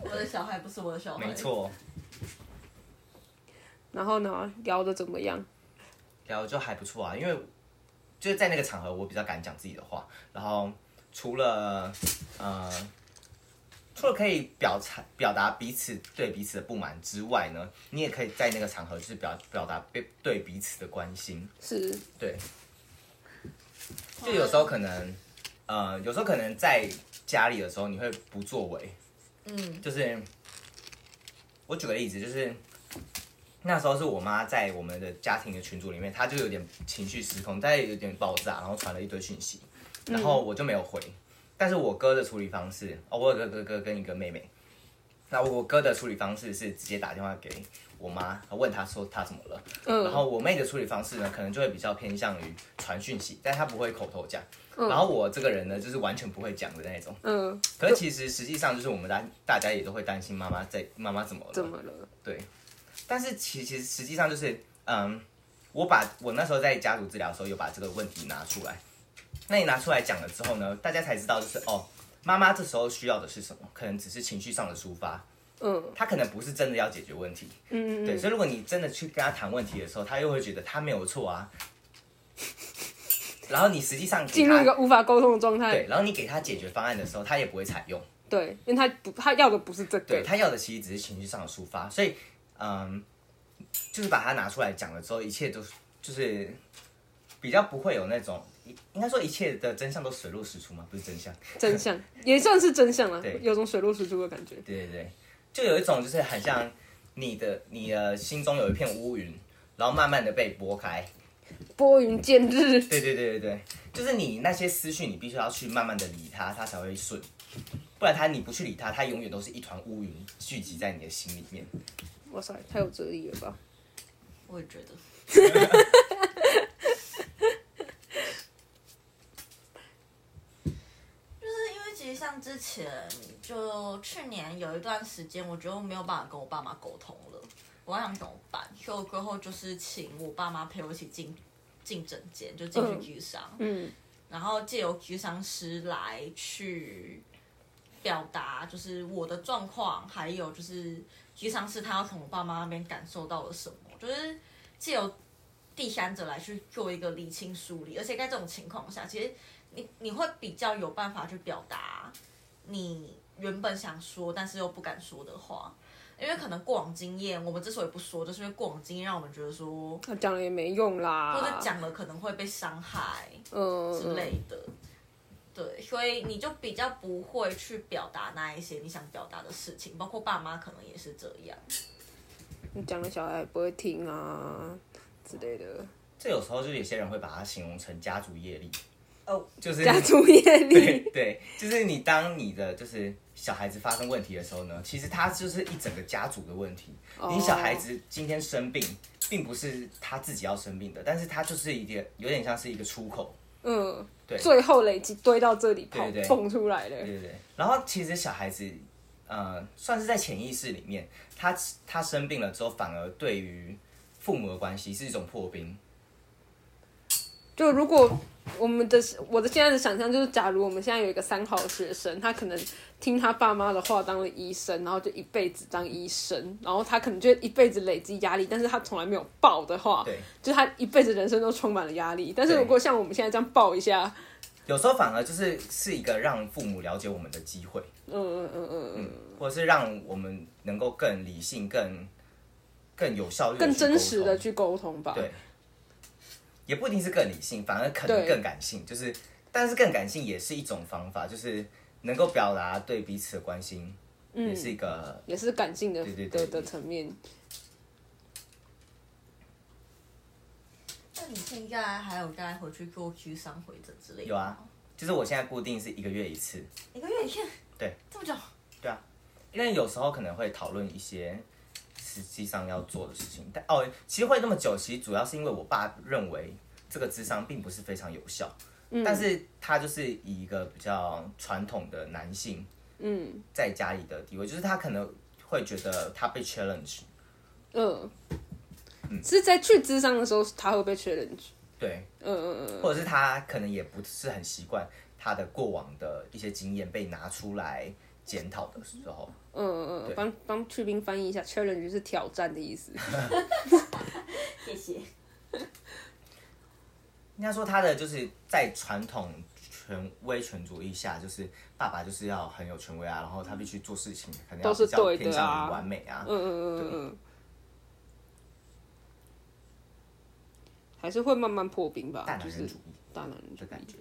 Speaker 2: 我的小孩不是我的小孩，
Speaker 3: 没。错。
Speaker 1: 然后呢，聊的怎么样？
Speaker 3: 聊就还不错啊，因为就是在那个场合，我比较敢讲自己的话。然后除了呃，除了可以表达表达彼此对彼此的不满之外呢，你也可以在那个场合就是表表达对对彼此的关心。
Speaker 1: 是
Speaker 3: 对，
Speaker 2: 嗯
Speaker 3: 就有时候可能呃，有时候可能在家里的时候，你会不作为，
Speaker 2: 嗯，
Speaker 3: 就是我举个例子，就是那时候是我妈在我们的家庭的群组里面，她就有点情绪失控，她也有点爆炸，然后传了一堆讯息，然后我就没有回。但是我哥的处理方式，哦，我有个哥哥跟一个妹妹，那我哥的处理方式是直接打电话给我妈，问她说她怎么了。
Speaker 1: 嗯
Speaker 3: 然后我妹的处理方式呢，可能就会比较偏向于传讯息，但她不会口头讲。然后我这个人呢，就是完全不会讲的那种。
Speaker 1: 嗯，
Speaker 3: 可是其实实际上就是我们大大家也都会担心妈妈在妈妈怎么了，
Speaker 1: 怎么了？
Speaker 3: 但是其其实实际上就是嗯，我把我那时候在家族治疗的时候有把这个问题拿出来，那你拿出来讲了之后呢，大家才知道就是哦，妈妈这时候需要的是什么，可能只是情绪上的抒发，
Speaker 1: 嗯，
Speaker 3: 她可能不是真的要解决问题，
Speaker 1: 嗯，
Speaker 3: 对，所以如果你真的去跟她谈问题的时候，她又会觉得她没有错啊， 然后你实际上给
Speaker 1: 进入
Speaker 3: 她
Speaker 1: 一个无法沟通的状态
Speaker 3: 对，。然后你给她解决方案的时候，她也不会采用。
Speaker 1: 对，因为他不他要的不是这
Speaker 3: 对
Speaker 1: 个，
Speaker 3: 他要的其实只是情绪上的抒发，所以嗯，就是把它拿出来讲了之后，一切都是就是比较不会有那种，应应该说一切的真相都水落石出嘛，不是真相，
Speaker 1: 真相 也算是真相了
Speaker 3: 对，
Speaker 1: 有种水落石出的感觉。
Speaker 3: 对对对，就有一种就是很像你的你的心中有一片乌云，然后慢慢的被拨开，
Speaker 1: 拨云见 日，
Speaker 3: 对对对对对，就是你那些思绪，你必须要去慢慢的理它，它才会顺。不然它你不去理它，它永远都是一团乌云聚集在你的心里面。
Speaker 1: 哇塞，太有哲理了吧！
Speaker 2: 我也觉得。就是因为其实像之前就去年有一段时间，我觉得我没有办法跟我爸妈沟通了，我想怎么办？所以我最后就是请我爸妈陪我一起进进诊间，就进去居商，
Speaker 1: 嗯，
Speaker 2: 然后借由居商师来去表达，就是我的状况，还有就是居商师他要从我爸妈那边感受到了什么，就是借由第三者来去做一个理清梳理，而且在这种情况下，其实你你会比较有办法去表达你原本想说但是又不敢说的话。因为可能过往经验，我们之所以不说，就是因为过往经验让我们觉得说，
Speaker 1: 他讲了也没用啦，
Speaker 2: 或
Speaker 3: 啊
Speaker 2: 者讲了可能会被伤害，
Speaker 1: 嗯
Speaker 2: 之类的。对，所以你就比较不会去表达那一些你想表达的事情，包括爸妈可能也是这样。
Speaker 1: 你讲了小孩也不会听啊之类的，
Speaker 3: 这有时候就有些人会把它形容成家族业力，
Speaker 2: 哦，
Speaker 3: 就是
Speaker 1: 家 族业
Speaker 3: 对
Speaker 1: 力，
Speaker 3: 对，就是你当你的就是小孩子发生问题的时候呢，其实他就是一整个家族的问题。
Speaker 1: 哦
Speaker 3: 你小孩子今天生病，并不是他自己要生病的，但是他就是一个有点像是一个出口。
Speaker 1: 嗯，
Speaker 3: 对
Speaker 1: 最后累积堆到这里跑
Speaker 3: 对对
Speaker 1: 蹦出来了，
Speaker 3: 对对对。然后其实小孩子，呃，算是在潜意识里面，他他生病了之后，反而对于父母的关系是一种破冰。
Speaker 1: 就如果我们的我的现在的想象就是，假如我们现在有一个三好学生，他可能听他爸妈的话当了医生，然后就一辈子当医生，然后他可能就一辈子累积压力，但是他从来没有爆的话，
Speaker 3: 对，
Speaker 1: 就是他一辈子人生都充满了压力。但是
Speaker 3: 对
Speaker 1: 如果像我们现在这样爆一下，
Speaker 3: 有时候反而就是是一个让父母了解我们的机会，
Speaker 1: 嗯嗯嗯嗯嗯，
Speaker 3: 或者是让我们能够更理性、更更有效率、
Speaker 1: 更真实的。去沟通吧。
Speaker 3: 对，也不一定是更理性，反而可能
Speaker 1: 对
Speaker 3: 更感性。就是，但是更感性也是一种方法，就是能够表达对彼此的关心，
Speaker 1: 嗯
Speaker 3: 也是一个
Speaker 1: 也是感性的
Speaker 3: 对对对
Speaker 1: 的的层面。
Speaker 2: 那你现在还有再回去做居商回诊之类的？
Speaker 3: 有啊，就是我现在固定是一个月一次，
Speaker 2: 一个月一天。
Speaker 3: 对。
Speaker 2: 这么久？
Speaker 3: 因为有时候可能会讨论一些实际上要做的事情，但哦，其实会那么久，其实主要是因为我爸认为这个智商并不是非常有效，
Speaker 1: 嗯
Speaker 3: 但是他就是以一个比较传统的男性，嗯，在家里的地位，就是他可能会觉得他被 challenge，
Speaker 1: 嗯，
Speaker 3: 嗯
Speaker 1: 是在去智商的时候，他会被确认。
Speaker 3: 对，
Speaker 1: 嗯嗯嗯
Speaker 3: 或者是他可能也不是很习惯他的过往的一些经验被拿出来检讨的时候，
Speaker 1: 嗯嗯嗯，帮帮去冰翻译一下，challenge 是挑战的意思。
Speaker 2: 谢谢。
Speaker 3: 应该说他的就是在传统权威权主义下，就是爸爸就是要很有权威啊，然后他必须做事情可能要
Speaker 1: 都是
Speaker 3: 比较
Speaker 1: 对的啊
Speaker 3: 偏向于完美啊。
Speaker 1: 嗯嗯嗯嗯，还是会慢慢破冰吧
Speaker 3: 大，男
Speaker 1: 就
Speaker 3: 人
Speaker 1: 是
Speaker 3: 主义
Speaker 1: 大男人主
Speaker 3: 的感
Speaker 1: 义。
Speaker 3: 觉，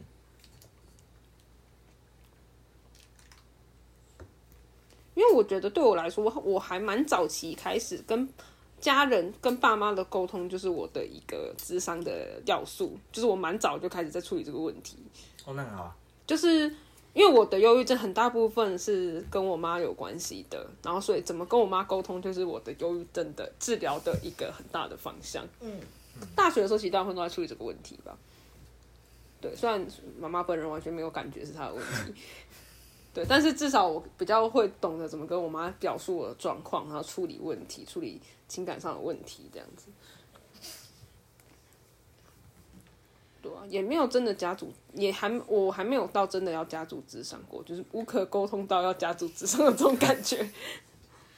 Speaker 1: 因为我觉得对我来说，我我还蛮早期开始跟家人、跟爸妈的沟通，就是我的一个智商的要素，就是我蛮早就开始在处理这个问题。
Speaker 3: 哦，那很好啊。
Speaker 1: 就是因为我的忧郁症很大部分是跟我妈有关系的，然后所以怎么跟我妈沟通，就是我的忧郁症的治疗的一个很大的方向。
Speaker 2: 嗯，
Speaker 1: 大学的时候其实大部分都在处理这个问题吧。对，虽然妈妈本人完全没有感觉是她的问题， 对，但是至少我比较会懂得怎么跟我妈表述我的状况，然后处理问题，处理情感上的问题，这样子。对啊，也没有真的家族，也还我还没有到真的要家族智商过，就是无可沟通到要家族智商的这种感觉。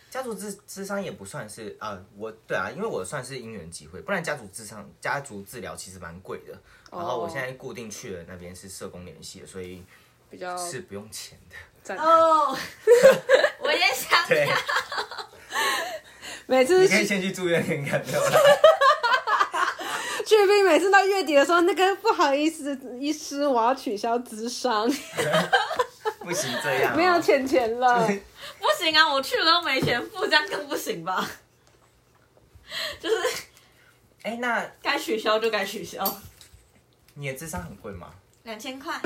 Speaker 3: 家族智智商也不算是啊、我对啊，因为我算是因缘际会，不然家族智商、家
Speaker 1: 哦
Speaker 3: 族治疗其实蛮贵的。然后我现在固定去的那边是社工联系的，所以
Speaker 1: 比较
Speaker 3: 是不用钱的，
Speaker 1: 赞。
Speaker 2: 哦， 我也想
Speaker 1: 哦
Speaker 3: 对，
Speaker 1: 每次
Speaker 3: 你可以
Speaker 1: 去
Speaker 3: 先去住院看看，没有啦
Speaker 1: 去病，每次到月底的时候，那个不好意思，医师，我要取消咨
Speaker 3: 哦
Speaker 1: 商，
Speaker 3: 不行这样哦，
Speaker 1: 没有钱钱了。
Speaker 2: 不行啊，我去了又没钱付，这样更不行吧？就是
Speaker 3: 哎，那
Speaker 2: 该取消就该取消，
Speaker 3: 你的智商很贵吗？
Speaker 2: 两千块，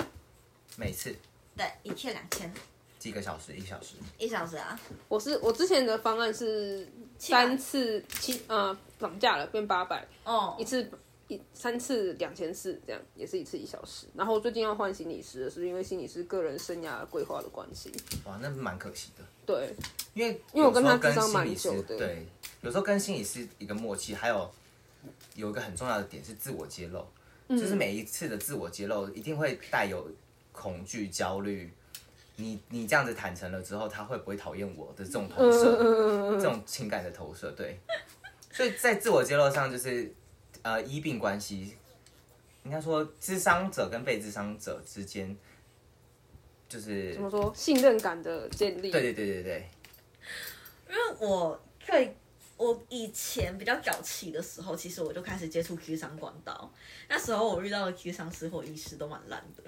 Speaker 3: 每次
Speaker 2: 对，一切两千，
Speaker 3: 几个小时？一小时？
Speaker 2: 一小时啊，
Speaker 1: 我是我之前的方案是三次七呃涨价了变八百，
Speaker 2: 哦
Speaker 1: 一，次一三次两千四这样，也是一次一小时。然后我最近要换心理师了，是因为心理师个人生涯规划的关系。
Speaker 3: 哇，那蛮可惜的，
Speaker 1: 对，
Speaker 3: 因为
Speaker 1: 因为我跟他
Speaker 3: 有时候跟
Speaker 1: 智商
Speaker 3: 心
Speaker 1: 蛮
Speaker 3: 理
Speaker 1: 久
Speaker 3: 师
Speaker 1: 的
Speaker 3: 对，有时候跟心理师一个默契，还有有一个很重要的点是自我揭露，
Speaker 1: 嗯
Speaker 3: 就是每一次的自我揭露一定会带有恐惧、焦虑。你你这样子坦诚了之后，他会不会讨厌我的这种
Speaker 1: 嗯
Speaker 3: 投 射？这种情感的投射，对。所以在自我揭露上，就是呃，医病关系，应该说，智商者跟被智商者之间，就是
Speaker 1: 怎么说信任感的建立？
Speaker 3: 对对对对对，
Speaker 2: 因为我最我以前比较早期的时候，其实我就开始接触 Q 商管道，那时候我遇到的 Q 商师或医师都蛮烂的，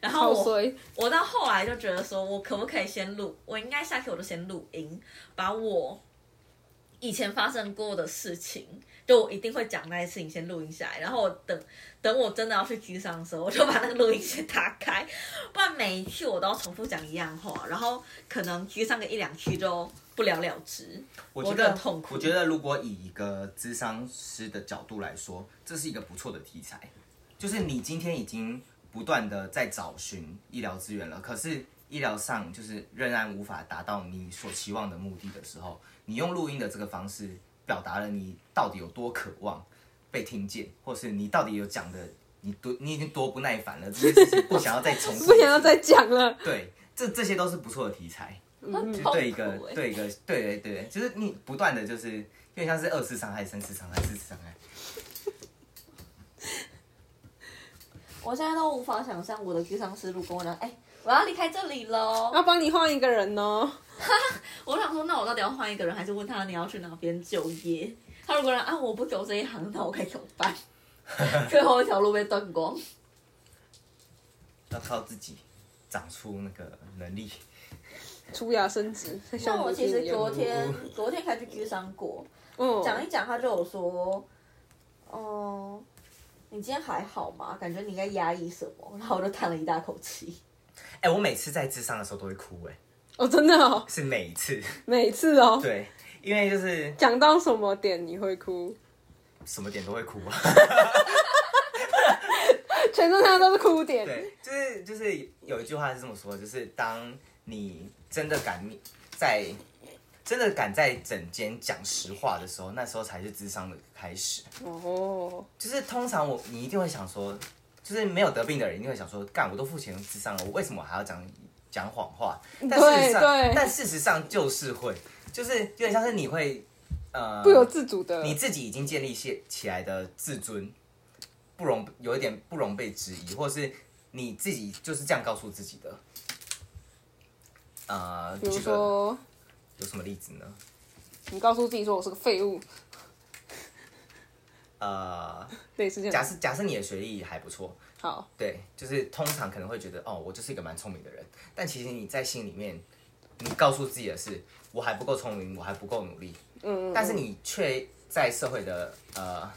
Speaker 2: 然后
Speaker 1: 好
Speaker 2: 我
Speaker 1: 衰，
Speaker 2: 我到后来就觉得说，我可不可以先录？我应该下课我就先录音，把我以前发生过的事情，就我一定会讲那些事情先录音下来，然后我等等我真的要去居上的时候，我就把那个录音先打开，不然每一句我都要重复讲一样话，然后可能居上个一两句就不了了之。
Speaker 3: 我
Speaker 2: 觉
Speaker 3: 觉
Speaker 2: 得
Speaker 3: 得
Speaker 2: 很痛苦
Speaker 3: 我觉得如果以一个智商师的角度来说，这是一个不错的题材，就是你今天已经不断的在找寻医疗资源了，可是医疗上就是仍然无法达到你所期望的目的的时候，你用录音的这个方式表达了你到底有多渴望被听见，或是你到底有讲的你多你已经多不耐烦了，这件事情不想要再重 复，
Speaker 1: 不想要再讲了。
Speaker 3: 对，这这些都是不错的题材。
Speaker 2: 很
Speaker 3: 就
Speaker 2: 痛苦
Speaker 3: 嗯对一个
Speaker 2: 欸
Speaker 3: 对一个对对对，就是你不断的就是有点像是二次伤害、三次伤害、四次伤害。
Speaker 2: 我现在都无法想象我的居上师如跟我讲，哎、我要离开这里
Speaker 3: 哦
Speaker 2: 喽。
Speaker 1: 要帮你换一个人哦，
Speaker 2: 我想说，那我到底要换一个人，还是问他你要去哪边就业？他如果让啊我不走这一行，那我该怎么办？ 最后一条路被断 光。
Speaker 3: 要靠自己长出那个能力。
Speaker 1: 出牙升职。
Speaker 2: 像我其实昨
Speaker 1: 天，
Speaker 2: 天昨天开始居商过，
Speaker 1: 嗯，
Speaker 2: 讲一讲他就有说，哦、你今天还好吗？感觉你应该压抑什么？然后我就叹了一大口气。
Speaker 3: 哎、我每次在智商的时候都会哭、哎，
Speaker 1: 哦，真的哦，
Speaker 3: 是每一 次。
Speaker 1: 每次哦，
Speaker 3: 对，因为就是
Speaker 1: 讲到什么点你会哭，
Speaker 3: 什么点都会哭啊。
Speaker 1: 全身上都是哭点。
Speaker 3: 对， 就是就是有一句话是这么说的，就是当你真的敢面在真的敢在整间讲实话的时候，那时候才是智商的开始。
Speaker 1: 哦，
Speaker 3: 就是通常我你一定会想说，就是没有得病的人一定会想说，干我都付钱智商了，我为什么还要讲讲谎话？但事实上，
Speaker 1: 对对
Speaker 3: 但事实上就是会，就是有点像是你会，呃，
Speaker 1: 不由自主的，
Speaker 3: 你自己已经建立起起来的自尊，不容有一点不容被质疑，或是你自己就是这样告诉自己的。呃，
Speaker 1: 比如
Speaker 3: 举个
Speaker 1: 说，
Speaker 3: 有什么例子呢？
Speaker 1: 你告诉自己说我是个废物，
Speaker 3: 呃，
Speaker 1: 类似这
Speaker 3: 假
Speaker 1: 样。
Speaker 3: 设假设你的学历还不错，
Speaker 1: 好，
Speaker 3: 对，就是通常可能会觉得哦，我就是一个蛮聪明的人，但其实你在心里面，你告诉自己的是，我还不够聪明，我还不够努力，
Speaker 1: 嗯，
Speaker 3: 但是你却在社会的呃，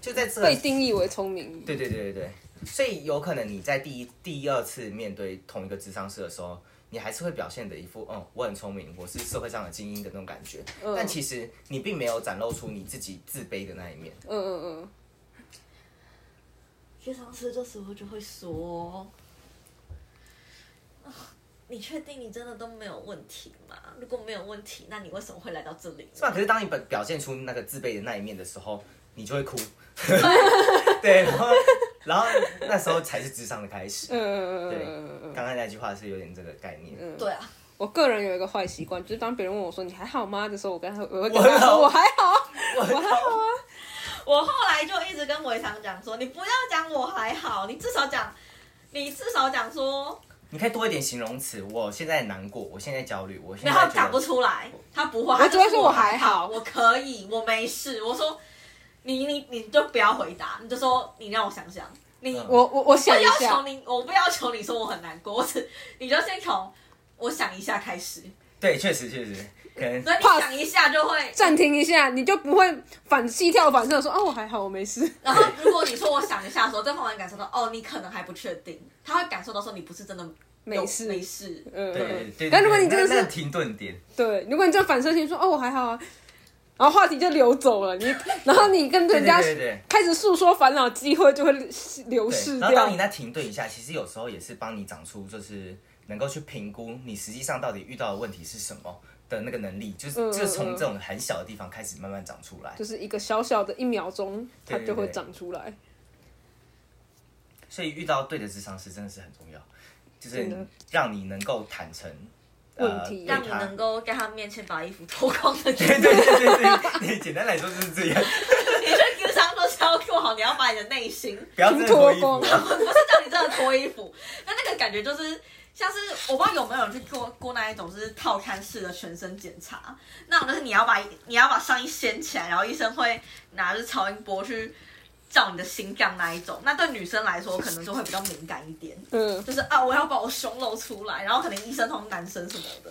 Speaker 3: 就在这个
Speaker 1: 被定义为聪明，
Speaker 3: 对对对对对，所以有可能你在第一第二次面对同一个智商师的时候，你还是会表现的一副嗯我很聪明，我是社会上的精英的那种感觉，
Speaker 1: 嗯
Speaker 3: 但其实你并没有展露出你自己自卑的那一面。
Speaker 1: 嗯嗯嗯，
Speaker 2: 居上师这时候就会说，啊你确定你真的都没有问题吗？如果没有问题，那你为什么会来到这里呢？
Speaker 3: 是吧？可是当你表表现出那个自卑的那一面的时候，你就 会哭。对，然后然后那时候才是智商的开始。
Speaker 1: 嗯嗯嗯
Speaker 3: 对
Speaker 1: 嗯嗯，
Speaker 3: 刚才那句话是有点这个概念。
Speaker 2: 对啊，
Speaker 1: 我个人有一个坏习惯，就是当别人问我说你还好吗的时候，我跟他我会
Speaker 3: 我
Speaker 1: 跟他
Speaker 3: 很好
Speaker 1: 说我还好，
Speaker 3: 我靠！
Speaker 2: 我后来就一直跟维常讲说，你不要讲我还好，你至少讲，你至少讲说
Speaker 3: 你可以多一点形容词。我现在难过，我现在焦虑，我现在
Speaker 2: 然后
Speaker 3: 觉得
Speaker 2: 讲不出来，他不会，
Speaker 1: 我
Speaker 2: 他
Speaker 1: 只
Speaker 2: 就
Speaker 1: 会说
Speaker 2: 说
Speaker 1: 我还好
Speaker 2: 我可以，我没事。我说你你你就不要回答，你就说你让我想想，你、
Speaker 3: 嗯
Speaker 2: 我
Speaker 1: 我我我想
Speaker 2: 不
Speaker 1: 一
Speaker 2: 要求
Speaker 1: 下，
Speaker 2: 你，我不要求你说我很难过，我只你就先从我想一下开始，
Speaker 3: 对，确实确实，可能
Speaker 2: 所以你
Speaker 1: Pause
Speaker 2: 想一下就会，
Speaker 1: 暂停一下，你就不会反膝跳反射说哦我还好我没事。
Speaker 2: 然后如果你说我想一下的时候，对方会感受到哦，你可能还不确定，他会感受到说你不是真的有
Speaker 1: 没事
Speaker 2: 没事，
Speaker 1: 嗯，
Speaker 3: 对对
Speaker 1: 嗯
Speaker 3: 对对。
Speaker 1: 但如果你真的
Speaker 3: 那那
Speaker 1: 是
Speaker 3: 停顿点，
Speaker 1: 对，如果你这反射性说哦我还好啊，然后话题就流走了，你然后你跟
Speaker 3: 对
Speaker 1: 人
Speaker 3: 对
Speaker 1: 家
Speaker 3: 对对
Speaker 1: 开始诉说烦恼，机会就会流
Speaker 3: 对。
Speaker 1: 逝
Speaker 3: 然后
Speaker 1: 掉
Speaker 3: 当你。那停顿一下，其实有时候也是帮你长出就是能够去评估你实际上到底遇到的问题是什么的那个能力，就是
Speaker 1: 嗯嗯
Speaker 3: 就是从
Speaker 1: 嗯
Speaker 3: 这种很小的地方开始慢慢长出来。
Speaker 1: 就是一个小小的一秒钟，它
Speaker 3: 对对
Speaker 1: 就会
Speaker 3: 对
Speaker 1: 长出来。
Speaker 3: 所以遇到对的智商师真的是很重要，就
Speaker 1: 真的
Speaker 3: 是让你能够坦诚
Speaker 1: 问题
Speaker 3: 呃、
Speaker 2: 让
Speaker 3: 对
Speaker 2: 你
Speaker 3: 他
Speaker 2: 能够在他面前把衣服脱光的那种。
Speaker 3: 对对对对对，简单来说就是这样，
Speaker 2: 你去 Q 商都是要做好，你要把你的内心，
Speaker 3: 不要真的脱衣服
Speaker 1: 脱光
Speaker 3: 啊。
Speaker 2: 不是叫你真的脱衣服， 那那个感觉就是像是我不知道有没有人去做过那一种就是套餐式的全身检查，那种就是你要把你要把上衣掀起来，然后医生会拿着超音波去照你的心脏那一种，那对女生来说可能就会比较敏感一点。
Speaker 1: 嗯，
Speaker 2: 就是啊，我要把我胸露出来，然后可能医生同男生什么的。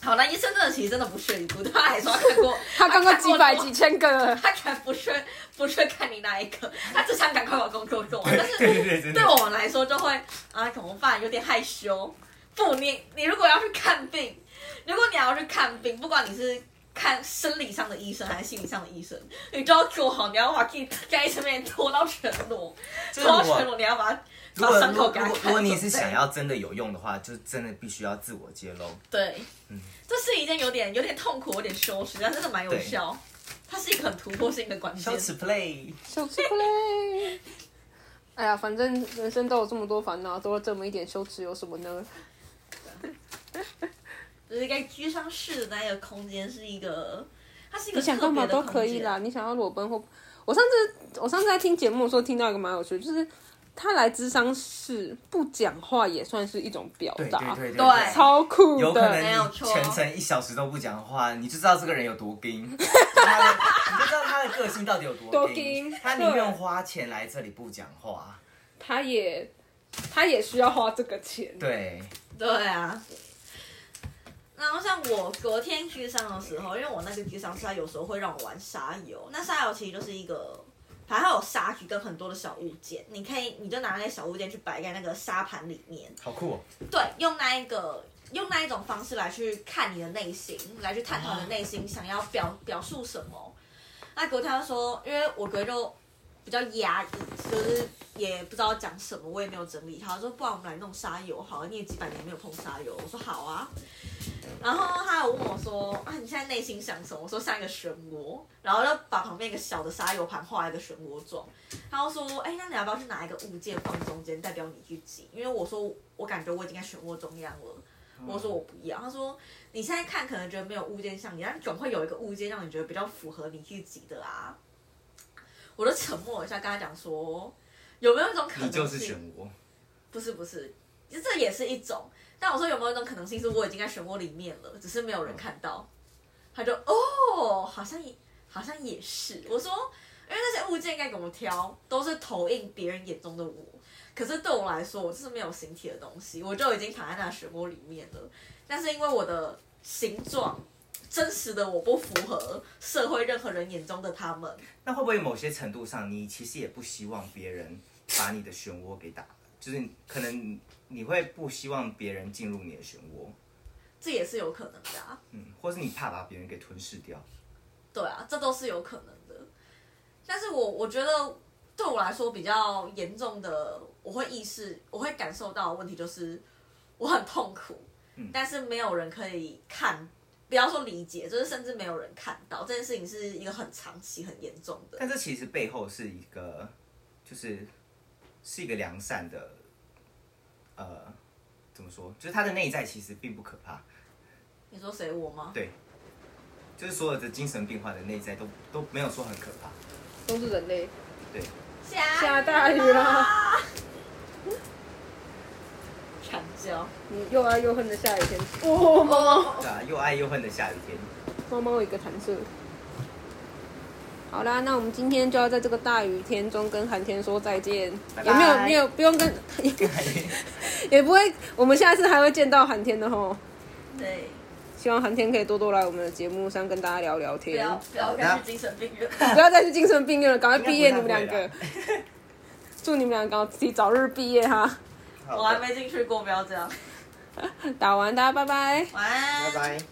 Speaker 2: 好那医生真的其实真的不屑一顾，他还说他看过，
Speaker 1: 他刚刚
Speaker 2: 看过
Speaker 1: 几百
Speaker 2: 多
Speaker 1: 几千个了，
Speaker 2: 他敢不屑不屑看你那一刻，他只想赶快把工作做完。但是
Speaker 3: 对对对，真的
Speaker 2: 对我们来说就会啊，怎么办？有点害羞。不，你你如果要去看病，如果你要去看病，不管你是看生理上的医生还是心理上的医生，你都要做好，你要把自己在医生面前脱到全裸，
Speaker 3: 就
Speaker 2: 脱
Speaker 3: 是
Speaker 2: 到全
Speaker 3: 我。
Speaker 2: 裸，你要把它
Speaker 3: 如
Speaker 2: 把
Speaker 3: 果
Speaker 2: 伤
Speaker 3: 如
Speaker 2: 口
Speaker 3: 果
Speaker 2: 给他
Speaker 3: 如
Speaker 2: 看
Speaker 3: 果
Speaker 2: 出来。
Speaker 3: 如果你是想要真的有用的话，就真的必须要自我揭露。
Speaker 2: 对，这是一件有点有点痛苦、有点羞耻，但真的蛮有
Speaker 3: 对
Speaker 2: 效。它是一个很突破性的关键
Speaker 3: 羞。耻 play，
Speaker 1: 小吃不嘞。哎呀，反正人生都有这么多烦恼，多了这么一点羞耻有什么呢？
Speaker 2: 就是在居商室的那个空间是一个，它是一个
Speaker 1: 你想
Speaker 2: 特
Speaker 1: 干
Speaker 2: 别
Speaker 1: 嘛
Speaker 2: 的
Speaker 1: 都
Speaker 2: 空间
Speaker 1: 可以啦，。你想要裸奔或……我上次我上次在听节目的时候听到一个蛮有趣的，就是他来智商室不讲话也算是一种表
Speaker 3: 对
Speaker 1: 达，
Speaker 3: 对对
Speaker 2: 对
Speaker 1: 超酷
Speaker 3: 有可能
Speaker 1: 的。
Speaker 2: 没有
Speaker 3: 你
Speaker 2: 错
Speaker 3: 全程一小时都不讲话，你就知道这个人有多硬，你就知道他的个性到底有
Speaker 1: 多
Speaker 3: 多
Speaker 1: 硬
Speaker 3: 硬。他宁愿花钱来这里不讲话，
Speaker 1: 他也他也需要花这个钱，
Speaker 3: 对，
Speaker 2: 对啊。然后像我隔天居商的时候，因为我那个居商室，它有时候会让我玩沙游。那沙游其实就是一个，反正它有沙局跟很多的小物件，你可以你就拿那些小物件去摆在那个沙盘里面，
Speaker 3: 好酷哦。
Speaker 2: 对，用那一个用那一种方式来去看你的内心，来去探讨你的内心想要表表述什么。那隔天他说，因为我哥就比较压抑，就是也不知道讲什么，我也没有整理好。他说，不然我们来弄沙游好了，你也几百年没有碰沙游。我说好啊。然后他有问我说，啊，你现在内心想什么？我说像一个漩涡，然后就把旁边一个小的沙油盘画一个漩涡状。他就说：“哎、那你要不要去拿一个物件放中间，代表你去挤？因为我说我感觉我已经在漩涡中央了。”
Speaker 3: 嗯
Speaker 2: 我说我不要。他说：“你现在看可能觉得没有物件像你，但总会有一个物件让你觉得比较符合你自己的啊。”我就沉默了一下，跟他讲说：“有没有一种可能性？
Speaker 3: 你就是漩涡，
Speaker 2: 不是不是，就这也是一种。但我说有没有一种可能性是我已经在漩涡里面了，只是没有人看到？他就哦，好像也好像也是。我说，因为那些物件该怎么挑，都是投影别人眼中的我。可是对我来说，我就是没有形体的东西，我就已经躺在那漩涡里面了。但是因为我的形状，真实的我不符合社会任何人眼中的他们，
Speaker 3: 那会不会某些程度上，你其实也不希望别人把你的漩涡给打？就是可能你会不希望别人进入你的漩涡，
Speaker 2: 这也是有可能的、啊。
Speaker 3: 嗯，或是你怕把别人给吞噬掉。
Speaker 2: 对啊，这都是有可能的。但是我我觉得对我来说比较严重的，我会意识，我会感受到的问题就是我很痛苦，
Speaker 3: 嗯
Speaker 2: 但是没有人可以看，不要说理解，就是甚至没有人看到这件事情是一个很长期、很严重的。
Speaker 3: 但这其实背后是一个，就是是一个良善的，呃，怎么说？就是他的内在其实并不可怕，
Speaker 2: 你说谁我吗？
Speaker 3: 就是所有的精神病患的内在都都没有说很可怕。
Speaker 1: 都是人类。啊
Speaker 2: 下
Speaker 1: 下大雨了
Speaker 2: 惨觉。
Speaker 1: 你又爱又恨的下雨天，哦，猫猫
Speaker 3: 对啊，又爱又恨的下雨天。
Speaker 1: 猫猫有一个弹射。好啦，那我们今天就要在这个大雨天中跟寒天说再见。
Speaker 3: 拜
Speaker 1: 也没有
Speaker 2: 拜
Speaker 1: 没有不用跟，也不会，我们下次还会见到寒天的吼。
Speaker 2: 对，
Speaker 1: 希望寒天可以多多来我们的节目上跟大家聊聊
Speaker 2: 不
Speaker 1: 天，
Speaker 2: 要不要
Speaker 3: 好
Speaker 2: 再
Speaker 3: 的
Speaker 2: 去精神病 院。
Speaker 1: 不要再去精神病院了，赶快毕业你
Speaker 3: 应该
Speaker 1: 们
Speaker 3: 不太
Speaker 1: 两
Speaker 3: 会
Speaker 1: 个
Speaker 3: 啦，
Speaker 1: 祝你们两个提早日毕业哈。
Speaker 3: 好
Speaker 2: 我还没进去过，不要这样。
Speaker 1: 打完，大家拜拜。
Speaker 2: 晚安。
Speaker 3: 拜拜。